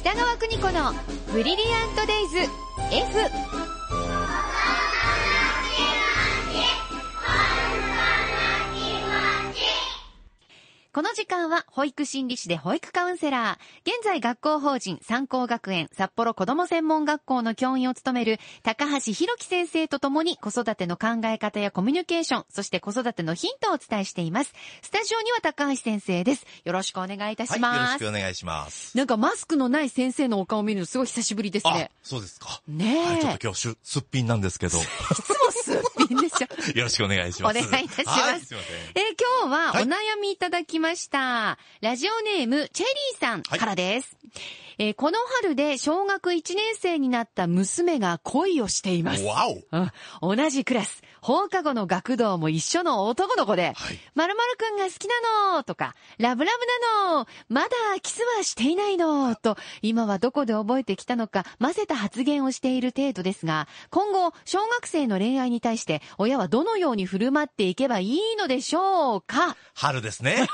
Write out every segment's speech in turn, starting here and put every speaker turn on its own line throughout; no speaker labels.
北川邦子のブリリアントデイズ F この時間は保育心理士で保育カウンセラー、現在学校法人三高学園札幌子ども専門学校の教員を務める高橋博樹先生とともに子育ての考え方やコミュニケーション、そして子育てのヒントをお伝えしています。スタジオには高橋先生です。よろしくお願いいたします。
はい、よろしくお願いします。
なんかマスクのない先生のお顔を見るのすごい久しぶりです
あ
ね。、
そうですか。
ねえ。
はい、ちょっ
い
と今日しゅ、すっぴんなんで すけど、よ
つもすっぴんでしょ。
ろしくお願いします。
お願いいたします
はい、すいません。
えー今日はお
はい
悩みいただきました。ラジオネーム、チェリーさん
はい
からです。えーこの春で小学1年生になった娘が恋をしています。
わお
うん同じクラス、放課後の学童も一緒の男の子で、
はい。
まるまるくんが好きなのとか、ラブラブなのまだキスはしていないのと、今はどこで覚えてきたのか、混ぜた発言をしている程度ですが、今後、小学生の恋愛に対して、親はどのように振る舞っていけばいいのでしょうか
春です ね。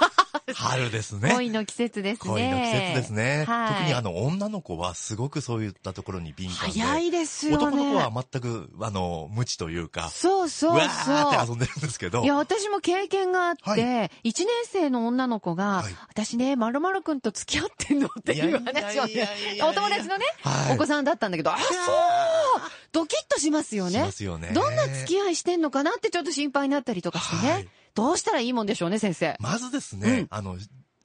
春ですね。
恋の季節ですね。
恋の季節ですね。
はい
特にあの、女の子はすごくそういったところに敏感で。
早いですよね。
男の子は全く、あの、無知というか、
そうそう
わーっ
そ
て
う。
遊んでるんですけど
い、や、私も経験があって、
は
一
い
1年生の女の子が、
はい
私ね、まるまるくんと付き合ってんのっていう話を
いやいや
ね、
いやいや
お友達のね、
はい
お子さんだったんだけど、あ、そうドキッとしますよ
し
ね
ま。すよね。
どんな付き合いしてんのかなってちょっと心配になったりとかしてね。
はい
どうしたらいいもんでしょうね、先生。
まずです
うん
ね、あの、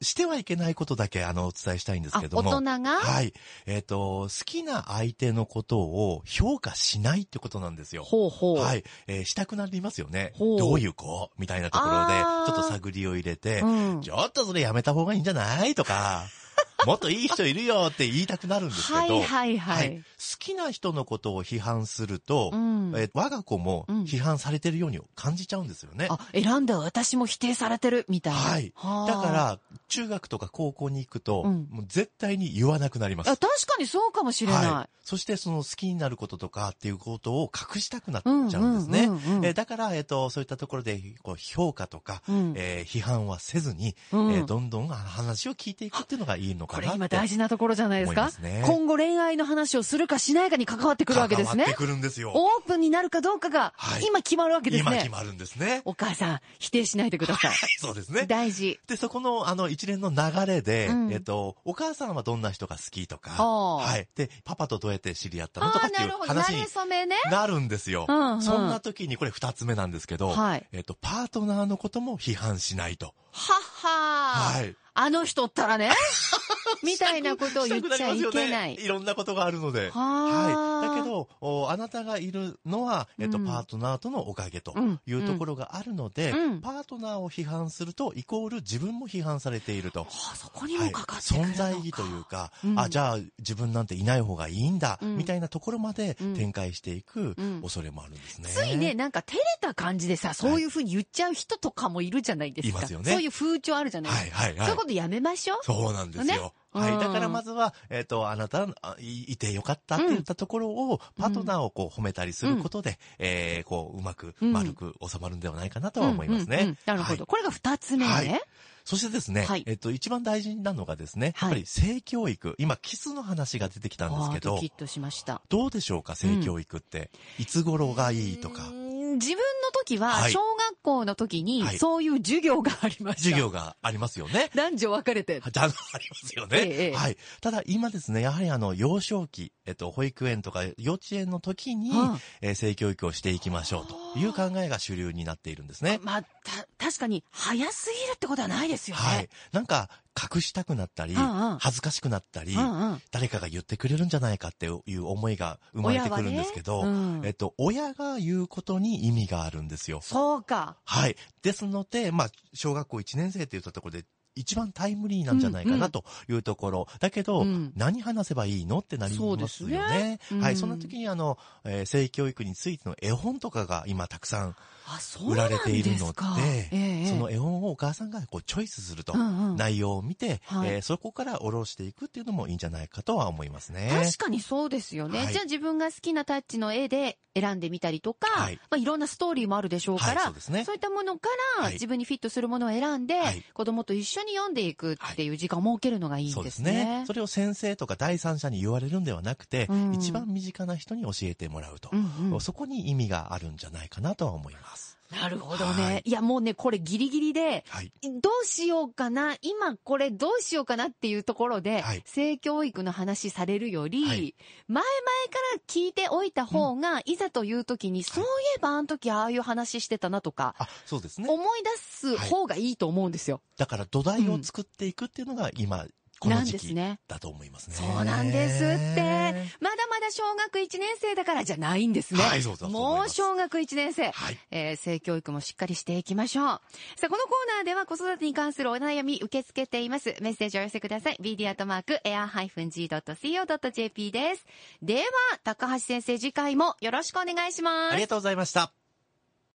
してはいけないことだけ、あの、お伝えしたいんです
あ
け、ど
大
も
人。が、
はい。えっ、と、好きな相手のことを評価しないってことなんですよ。
ほうほう。
はい。えーしたくなりますよね。
ほう
どういう子みたいなところで
あー、
ちょっと探りを入れて、
うん
ちょっとそれやめた方がいいんじゃない とか、もっといい人いるよって言いたくなるんですけど、
はいはいはい。
好きな人のことを批判すると、
うん
えー我が子も
うん
批判されてるように感じちゃうんですよね。
あ、選んだ私も否定されてるみたいな。
はい
はあ
だか、ら、中学とか高校に行くと、
うん
もう絶対に言わなくなります
あ。確かにそうかもしれない。
はい。そしてその好きになることとかっていうことを隠したくなっちゃ
う
うん
ん
ですね。
うんうんうん
えーだから、えっ、と、そういったところで、こう、評価とか、
うん
えー批判はせずに、
うん
えーどんどんあ話を聞いていくっていうのがいいのか
こ
な
れ今大
事
事なところじゃないです
思い
か
ますね
今後恋愛の話をするかしないかに関わってくるわけですね
って。くるんですよ。
オープンになるかどうかが
はい
今決まるわけですね。
今決まるんですね。
お母さん、否定しないでください。
そうですね。
大事。
で、そこの、あの、一連の流れで、
うん
えっと、お母さんはどんな人が好きとか、
おー
はい。で、パパとどうやって知り合ったの
あ
とか
あ
っ
ー、
て
ないる
う
ほど。
話
慣
に
れ初めね。
なるんですよ。
うんうん
そんな時に、これ二つ目なんですけど、
はい
えっと、パートナーのことも批判しないと。
はっはー。
はい
あの人った らね。みたいなことを言っちゃいけない
したくりますよね。いろんなことがあるの
は
で。
あ
はい。だけど、おあなたがいるのは、えっと、
うん
パートナーとのおかげと
うん
いうところがあるので、
うん
パートナーを批判すると、イコール自分も批判されていると。
あそこにもかかってくる
はい
のか、
存在意義というか、
うん
あ、じゃあ自分なんていない方がいいんだ、
うん
みたいなところまで
うん
展開していく
うん
恐れもあるんですね。
ついね、なんか照れた感じでさ、そういうふうに言っちゃう人とかもいるじゃないですか。
いますよね
そういう風潮あるじゃないです
は
か。
いはいはい。
そういうことやめましょう。
そうなんですよ。
ね
は
うん
い。だからまずは、えっ、と、あなた、あいいてよかったって言ったところを、パートナーをこう褒めたりすることで、えーこう、うまく、
うん
丸く収まるんではないかなとは思いますね。
うんうんうんなるほど。
はい
これが二つ目ね。
はいそしてですね、
はい
えっ、と、一番大事なのがですね、
はい
やっぱり性教育。今、キスの話が出てきたんです
あ
け
ード
ど
キ、ッとしました。
どうでしょうか、性教育って。いつ頃がいいとか
う、ーん自分の時は、
はい
小学校の時に
は、い
そういう授業がありました。
授業がありますよね。
男女分かれて。
じゃあ、ありますよね。
ええええ
はい。ただ、今ですね、やはりあの、幼少期、えっと、保育園とか幼稚園の時に、
うん
えー性教育をしていきましょうという考えが主流になっているんですね。
まあ、た、確かに、早すぎるってことはないですよね。
はい。なんか、隠したくなったり、
うんうん
恥ずかしくなったり、
うんうん。
誰かが言ってくれるんじゃないかっていう思いが生まれてくるんですけど、
親はねうん
えっと、親が言うことに意味があるんですよ。
そうか。
はい。ですので、まあ、小学校1年生っていったところで、一番タイムリーなんじゃないかなというところ。だけど、
うん
何話せばいいのってなり
そう
ま
です
すよ
ね
ね。
うん
はい。そんな時に、あの、えー性教育についての絵本とかが今たくさん
あ、そう
売
な
ら
んで
れ
すか。
ているので、
ええ
その絵本をお母さんがこうチョイスすると、
うんうん
内容を見て、
はい
えーそこから下ろしていくっていうのもいいんじゃないかとは思いますね。
確かにそうですよね。
はい
じゃあ自分が好きなタッチの絵で選んでみたりとか、
はいい、
まあいろんなストーリーもあるでしょうから、
はいそうですね
いったものから
はい
自分にフィットするものを選んで、
はい
子供と一緒に読んでいくっていう時間を設けるのがいいん
そう
で
です
すね。
ね。それを先生とか第三者に言われるんではなくて、
うん
一番身近な人に教えてもらうと、
うんうん
そこに意味があるんじゃないかなとは思います。
なるほど
は
ね
い。
いや、もうね、これギリギリで、
はい。
どうしようかな、今これどうしようかなっていうところで、
はい
性教育の話されるより、
はい
前々から聞いておいた方が、いざという時に、そういえばあの時ああいう話してたなとか、
あ、そうですね。
思い出す方がいいと思うんですよ。
だから土台を作っていくっていうのが今、こ
な
の
んで
時
す
期
ね。
だと思いますね。
そうなんですって。まだまだ小学1年生だからじゃないんですね。
はいそうだと思います
もう小学1年生。
はい。
えー性教育もしっかりしていきましょう。さあ、このコーナーでは子育てに関するお悩み受け付けています。メッセージをお寄せください。bd.air-g.co.jp です。では、高橋先生次回もよろしくお願いします。
ありがとうございました。